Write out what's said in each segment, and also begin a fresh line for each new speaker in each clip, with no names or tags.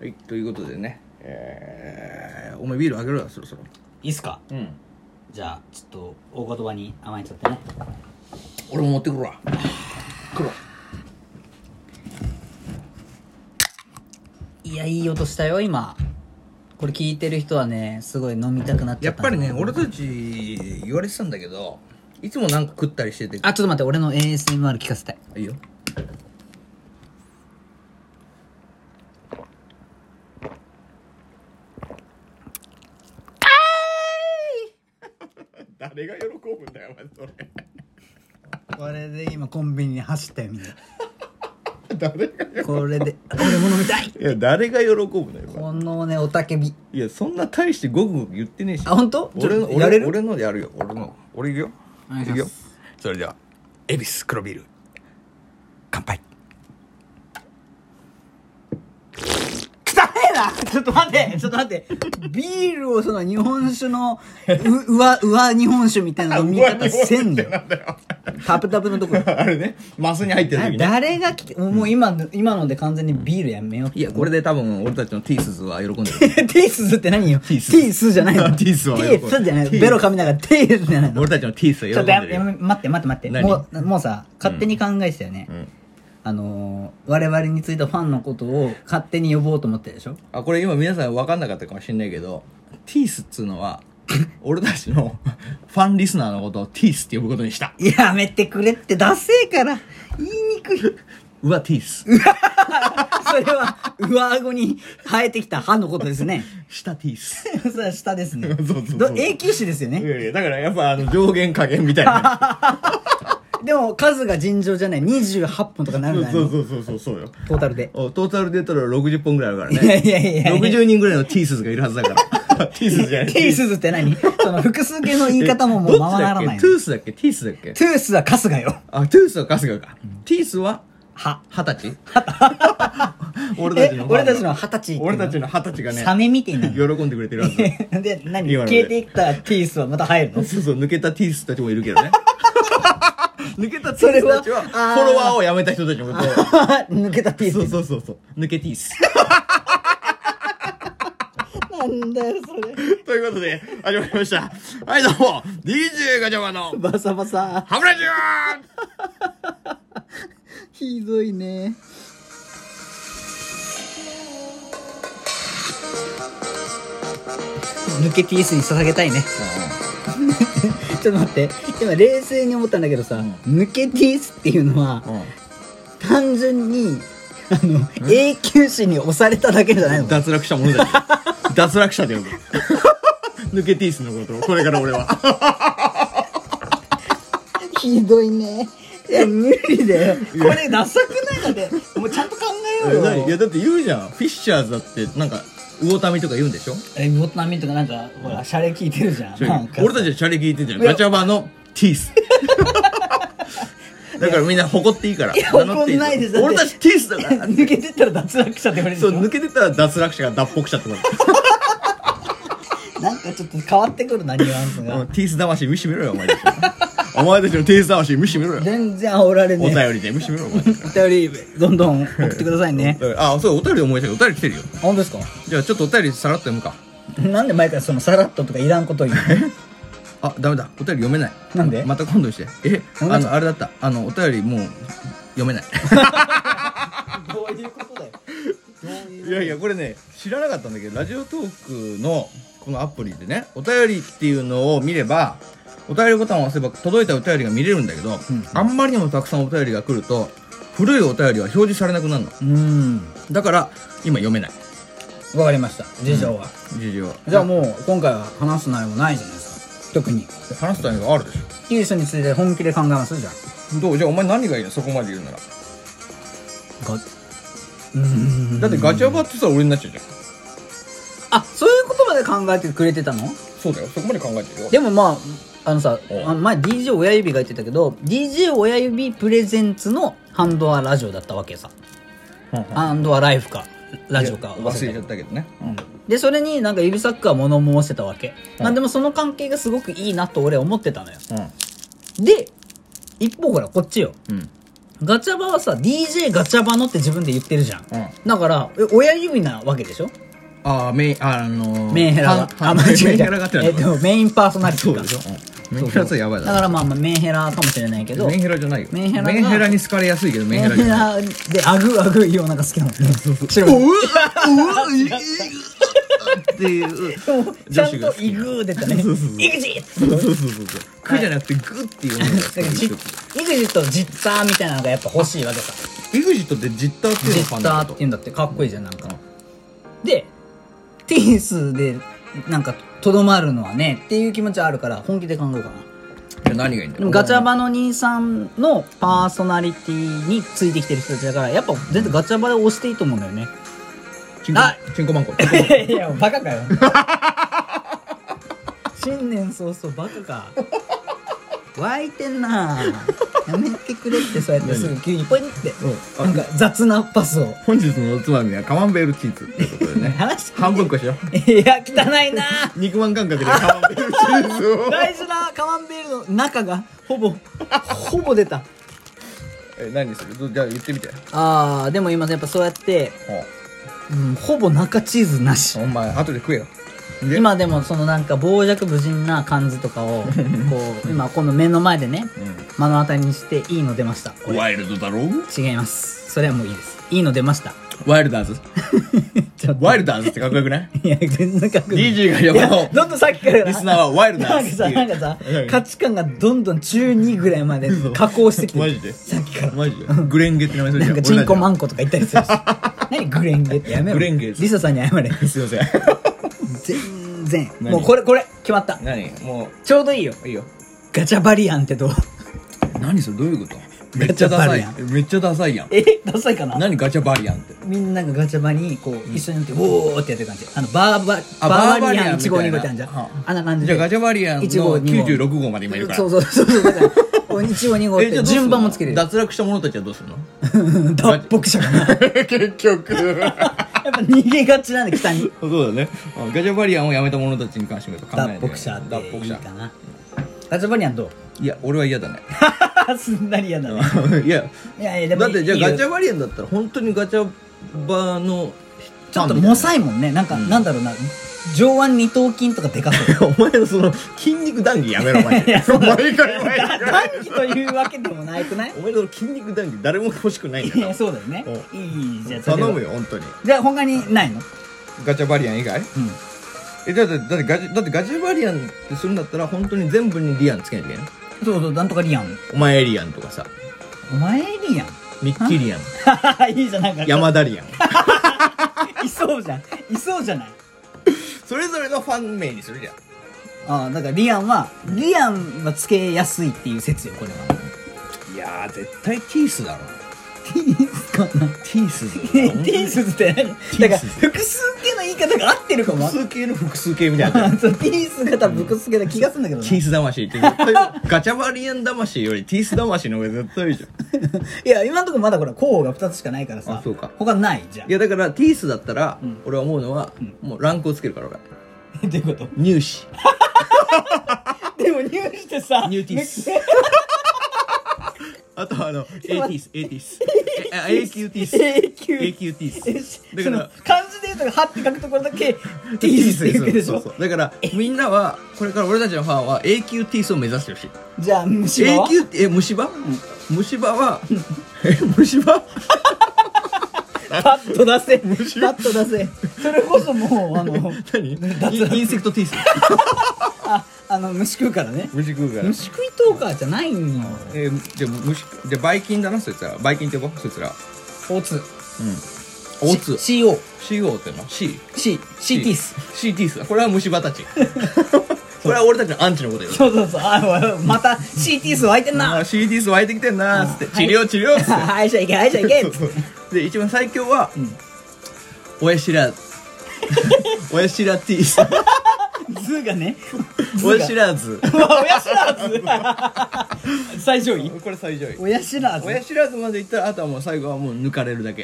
はいということでねえー、お前ビールあげるわそろそろ
いいっすか
うん
じゃあちょっと大言葉に甘えちゃってね
俺も持ってくるわくるわ
いやいい音したよ今これ聞いてる人はねすごい飲みたくなっちゃ
や
っ
ったぱりね俺たち言われてたんだけどいつもなんか食ったりしてて
あちょっと待って俺の ASMR 聞かせたい
いいよ 誰が喜ぶんだよお前それ
これで今コンビニに走ったよみんな
誰が
これで俺も飲みたい
いや誰が喜ぶのよお前
このねおたけび
いやそんな大してごくごく言ってねえし
あ本当
俺の
ちょやれ
俺
る
俺のでやるよ俺の俺いくよ
お願いし
行
ます
くよそれでは恵比寿黒ビール乾杯
汚えなちょっと待ってちょっと待ってビールをその日本酒のううわうわ日本酒みたいな飲み方せんのよ
なんだよ
タプタプのとこ
あれねマスに入ってる時ね
誰が来てもう今の今ので完全にビールやめよう
いやこれで多分俺たちのティースズは喜ん でる
ティースズって何よティ
ース
ースじゃないの
ティースは
テ
喜
ィ
ぶ
ースじゃない
ティース
ベロ噛みながらティースじゃないの
俺たちのティースは
ちょ
喜んで
っとや
る
やめ待って待って待って
何
もうもうさ勝手に考えてたよね、あのー我々についたファンのことを勝手に呼ぼうと思ってるでしょ
あこれ今皆さん分かんなかったかもしれないけどティースっつうのは 俺たちの ファンリスナーのことをティースって呼ぶことにした
やめてくれってダセえから言い にくいそう
わティー ス
れは上顎に生えてきた歯のことですね
下ティース
それは下ですね
そうそうそう
ど永久歯ですよ
い
ね
やいやだからやっぱあの上限加減みたい な
でも数が尋常じゃない28本とかな
そ
るん
う
だ
そ
よ
うそうそうそうよ
トータルで
おトータルで言ったら60本ぐらいあるからね
いやいやいやいや
60人ぐらいのティースがいるはずだから ティースじゃない
ティースズって何その複数形の言い方ももうままなら
どっちだっ
ない
けトゥースだっけティースだっけ
トゥースは春日よ
あトゥースは春日か、ティースは
は
二十 歳
え俺たちの二十歳っていうの
俺たちの二十歳がね
サメみてえにな
喜
る
んでくれてる はず
で何
今ので
消えていったティースはまた入るの
そうそう抜けたティースたちもいるけどね抜けたテ
そ
ィー
れ
ス
は
たちはフ
あー
ォロワーをやめた人たちのことを
抜けた ティ
そう
ース
そうそうそう抜けティース
なんだよそれ
ということで始まりましたはいどうも DJ ガチャマンの
バサバサ
ハムラジオ
ひどいね抜けティースに捧げたいね ちょっと待って今冷静に思ったんだけどさ、抜けティースっていうのは、単純にあの永久歯に押されただけじゃないの
脱落したものだよ 脱落したでよ 抜けティースのことをこれから 俺は
ひどいねいや無理だよこれダサくないのでもうちゃんと考え
え
よう
何いや
よ
だって言うじゃんフィッシャーズだってなんか魚民とか言うんでしょ
えボタンミンとかなんかほらシャレ聞いてるじゃんなんか
俺たちはチャレ聞いてんじゃんガチャバのティー スだからみんな誇っていいから
いや
名乗って
誇んないですだって
俺たちティースだから
抜けてったら脱落者って言われるで し
そ
ょ
う抜けてたら脱落者が脱北者ってこと
なんかちょっと変わってくるなニュアンス
お前
が
ティース魂見してみろよお前たちお前たちのティース魂見してみろよ
全然煽られ
お
ねえ
便りで見してみろよお前たち
お便りどんどん送ってくださいね
あそうお便り思い出したけどお便り来てるよ
本当ですか
じゃあちょっとお便りさらっと読むか
なんで前からそのさらっととかいらんこと言うの
あダメだお便り読めない
なんで
また今度にしてえ
なんだ
あのあれだったあのお便りもう読めない
どういうことだよどうい
い
う
やいやこれね知らなかったんだけどラジオトークのこのアプリでねお便りっていうのを見ればお便りボタンを押せば届いたお便りが見れるんだけど、
ん
あんまりにもたくさんお便りが来ると古いお便りは表示されなくなるの
うん
だから今読めない
わかりました事情は、
事情は
じゃあもう今回は話す内容ないじゃないですか特に
話すタイミングあるでし
ティースについて本気で考えますじゃん
ょどうじゃあお前何がいいのそこまで言うなら
うん
だってガチャバってさ俺になっちゃうじゃん
あそういうことまで考えてくれてたの
そうだよそこまで考えてるよ
でもまああのさ
おう
あ前 DJ 親指が言ってたけど DJ 親指プレゼンツのハンドアラジオだったわけさ、
うんうん
ハンドアライフかラジオか
忘れちゃ
た
ったけどね
でそれになんか指サックは物申してたわけ、
うん
まあでもその関係がすごくいいなと俺は思ってたのよ
うん
で一方ほらこっちよ
うん
ガチャバはさ DJ ガチャバのって自分で言ってるじゃん、
うん
だからえ親指なわけでしょ
ああメインあのー
メンヘラが
あ
間
メイン
違え
ヘ
た
ラがってな
えっ
い
とメインパーソナリテ
そ
ィ
う
か
でしょうんメイ
そ
ンヘ
うそう
ラはやばい
だからまあまあメンヘラかもしれないけど
メンヘラじゃないよ
メンヘラが
メンヘラに好かれやすいけどメンヘラじゃない
メンヘラでアグアグイオなんか好きなのね白
おう
いう
わうわいいっていう
ちゃんとイグー出たねイグジ
そうそうそうそうそう苦じゃなくてグっていうのが
だからじイグジットジッターみたいなのがやっぱ欲しいわけさ
エグジットってジッターっていう
ジ
の
ッ
か
タ
な
ーって言うんだってかっこいいじゃんなんかでティースでなんかとどまるのはねっていう気持ちはあるから本気で考えるかな
じゃあ何がいいんだ
で
ろ
も
う
ガチャバの兄さんのパーソナリティについてきてる人たちだからやっぱ全然ガチャバで押していいと思うんだよね
チンコ
あ
チンコマン コ
いやバカか よ新年早々バカか湧いてんなやめてくれってそうやってすぐ急にポインって
うん
なんか雑なパスを
本日のおつまみはカマンベールチーズということでね
話して
半分こしよう
いや汚いな
肉まん感覚でカマンベールチーズ を
大事なカマンベールの中がほぼほぼ出た
え何するどじゃあ言ってみて
あーでも今やっぱそうやって、うん、ほぼ中チーズなし
お前後で食えよで
今でもそのなんか傍若無人な感じと かをこう今この目の前でね、目の当たりにしていいの出ましたこれ
ワイルドだろ
違いますそれはもういいですいいの出ました
ワイルダーズ
ちょっと
ワイルダーズってかっこよくない
いや全然かっこいい
?DJ が
いや
横
どんどんさっきから
のリスナーはワイルダ
なん
ーズ
か
っ
さ
てい
な
うん
かさ
うん
価値観がどんどん中2ぐらいまで加工してきてる
マジで
さっきから
マジでグレンゲって名前する
なん
じゃ
か
ん
チンコマ
ン
ンコとか言ったりするし何グレンゲってやめろ
グレンゲです
リサさんに謝れ
すいません
全然
何
もうこれこれ決まった
何も
ちょうどいいよ
ういいよ
ガチャバリアンってどう
何それどういうことめっちゃダサい
ガチャバ
めっちゃダサいやん
えダサいかな
何ガチャバリアンって
みんながガチャバにこう一緒になっておーってやってる感じあのバーバ
あ
バー
バー
バ
バ
リ
リ
ア
ア
ン
ン
1号2号ってあ
みたいな
るじゃん
は
あんな感じ
じゃ
で
あガチャバリアンの
1号2号
96号まで今いるから
そうそうそうそうだから1号2号っ
えじゃあど
て
うすんの
順番もつけれる
脱落した者たちはどう するの
脱 北者かなやっ
結局
ぱ逃げがちなんで北に
そうだねうんガチャバリアンをやめた者たちに関してもやっぱ考えない
脱
とい
北
けな
者
い
っていい
脱北
かなガチャバリアンどう
いや俺は嫌 だね
すんなり嫌だね
いや
いやいやでも
だってじゃあ
いいよ
ガチャバリアンだったら本当にガチャバの
ちょっともさ
い
いもんねなんか、なんだろうな上腕二頭筋とかで かそう
お前のその筋肉談義やめろお前
いやそうだ
毎回毎
だ
回
短期というわけでもないくない
お前の筋肉談義誰も欲しくないん
い
だか
やそうだよね
お
いいじゃ
ら
あそれで
頼むよ本当に
じゃあ他にないの
ガチャバリアン以外
うん
えだってだってガチだってガチャバリアンってするんだったら本当に全部にリアンつけなきゃいけない
そうそうなんとかリアン
お前リアンとかさ
お前リア
ミッキーリアン
ン いいじゃんなんか
山田リアン
いそうじゃんいそうじゃない
それぞれのファン名にするじゃん
ああだからリアンはリアンはつけやすいっていう説よこれはい
やー絶対ティースだろ
ティースかな
ティース
ティースって何だから
ティース
複数形の言い方が合ってるかも
複数形の複数形みたいな
あそうティースが多分複数形な気がするんだけど
テ
な
ィース魂って絶対ガチャバリアン魂よりティース魂の方が絶対いいじゃん
いや、今のところまだほら、候補が2つしかないからさ。
あそうか
他ないじゃ ん。
いやだからティースだったら、
ん
俺は思うのは、もうランクをつけるから俺
どういうこと
入試
でも入してさ、
ニューティース。あとはあの、A ティース、A ティース。あ A 級ティース。
A 級
A 級ティー
だ
ス。
か
だからら、、
漢字で言うと、はって書くところ だけ、テ
テ
ィ
ィ
ー
ー
ス
ス
って言うわけ
で
ですし
そう
ょ
そう。だから、みんなは、これから俺たちのファンは A 級ティースを目指してほしい。
じゃあ、虫
A
歯は
級って、え、虫歯虫歯は、え、虫歯
パッと出せ。パッと出せ。それこそもう、あの、
何イ
脱落
ンインセクトティース。
あ、あの、虫食うからね。
虫食うか
虫食いとかじゃないんよ。
えー、じゃあ、虫、じゃあ、バイキンだな、そいつら。バイキンって呼ぼう、そいつら。
O2。ツ
オーツ。
CO。
CO っての ?C。
C。C ティース。。
C ティース。これは虫歯た ち。これは俺たちのアンチのことよ。
そうそうそう。あ、また C ティース湧いてんな。
あ CDs 湧いてきてんなーっつって
あ
治療治療っつっ
はい、じゃあいけ、はい、じゃあいけ。
てで一番最強は親知 ら親知らティース
図がね。
親知らず
親知らず最上位
これ最上位
親知ら
親
ず
知らずまでいったらあとはもう最後はもう抜かれる だけ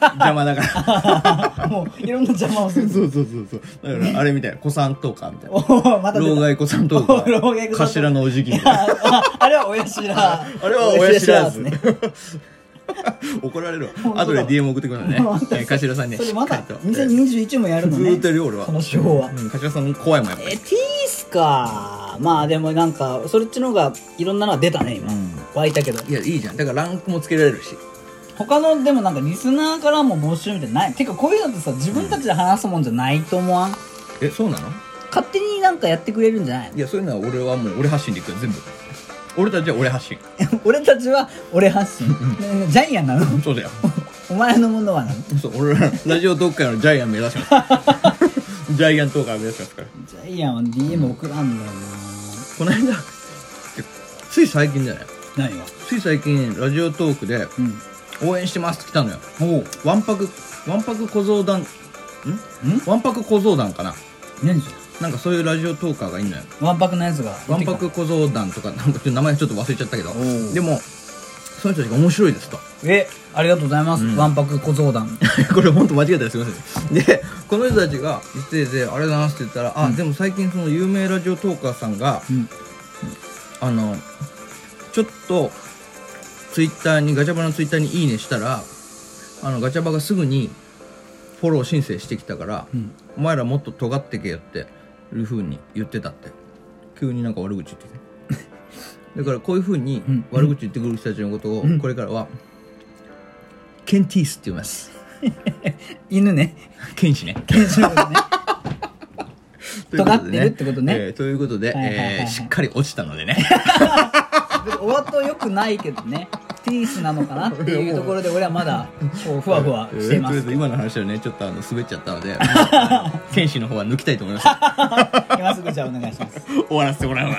邪魔だから
もういろんな邪魔をする
そうそうそうそうだからあれみたいな子さんとかみたい
お
な
ーまた出
老
た
害子さんと
お
か
老害子さんとか
頭のおじぎみたいな
あああれは親知ら
あれは親知らず
親知らずね
怒られるわ
本当だ
後で DM 送ってくるのね
本当だ
えー頭さんね
それま
し
だ
っかりと
2021もやるの
ずーっとや
ね
るよ俺は
この手法は
うん頭さん怖いもんやっぱ
え
り
ティースかまあでもなんかそれっちの方がいろんなのが出たね今、
うん
湧いたけど
いやいいじゃんだからランクもつけられるし
他のでもなんかリスナーからも募集みたいなないてかこういうのってさ自分たちで話すもんじゃないと思わん、
えそうなの
勝手になんかやってくれるんじゃない の
いやそういうのは俺はもう俺発信でいくよ全部俺たちは俺発 信
俺たちは俺発信 ねえねえジャイアンなの
そうだよ
お前のものはなの
そう俺らラジオトーク界のジャイアン目指します ジャイアントーカー目指しますから
ジャイアンは DM 送らんだよ
この間つい最近じゃない
な何が
つい最近ラジオトークで
うん
応援してますって来たのよ
おう
わんぱくわんぱく小僧団ん
ん
わんぱく小僧団かな
何それ
なんかそういうラジオトーカーがいんのよ
わんぱくなやつが
わんぱく小僧団とかなんかちょっと名前ちょっと忘れちゃったけど
おう
でもその人たちが面白いですと
えありがとうございます、わんぱく小 僧団
これ本当間違えたらすいませんでこの人たちが言ってて「あれだな」って言ったら「あでも最近その有名ラジオトーカーさんが
うん
あのちょっとツイッターにガチャバのツイッターに「いいね」したらあのガチャバがすぐにフォロー申請してきたから、
ん
お前らもっと尖ってけよっていうふうに言ってたって急になんか悪口言ってき てだからこういうふうに
ん
悪口言ってくる人たちのことをこれからは、ケンティースって言います
犬ね
ケンシね
犬種のことね
というこで
尖ってるってことね
えーということで、
はいはいはいはい
えーしっかり落ちたの でね
別にお後よくないけどねティースなのかなっていうところで俺はまだこうふわふわしていま
えーと
す
りあえず今の話はねちょっとあの滑っちゃったの で もうあのケンシの方は抜きたいと思います
今すぐじゃあお願いします
終わらせてもらうわ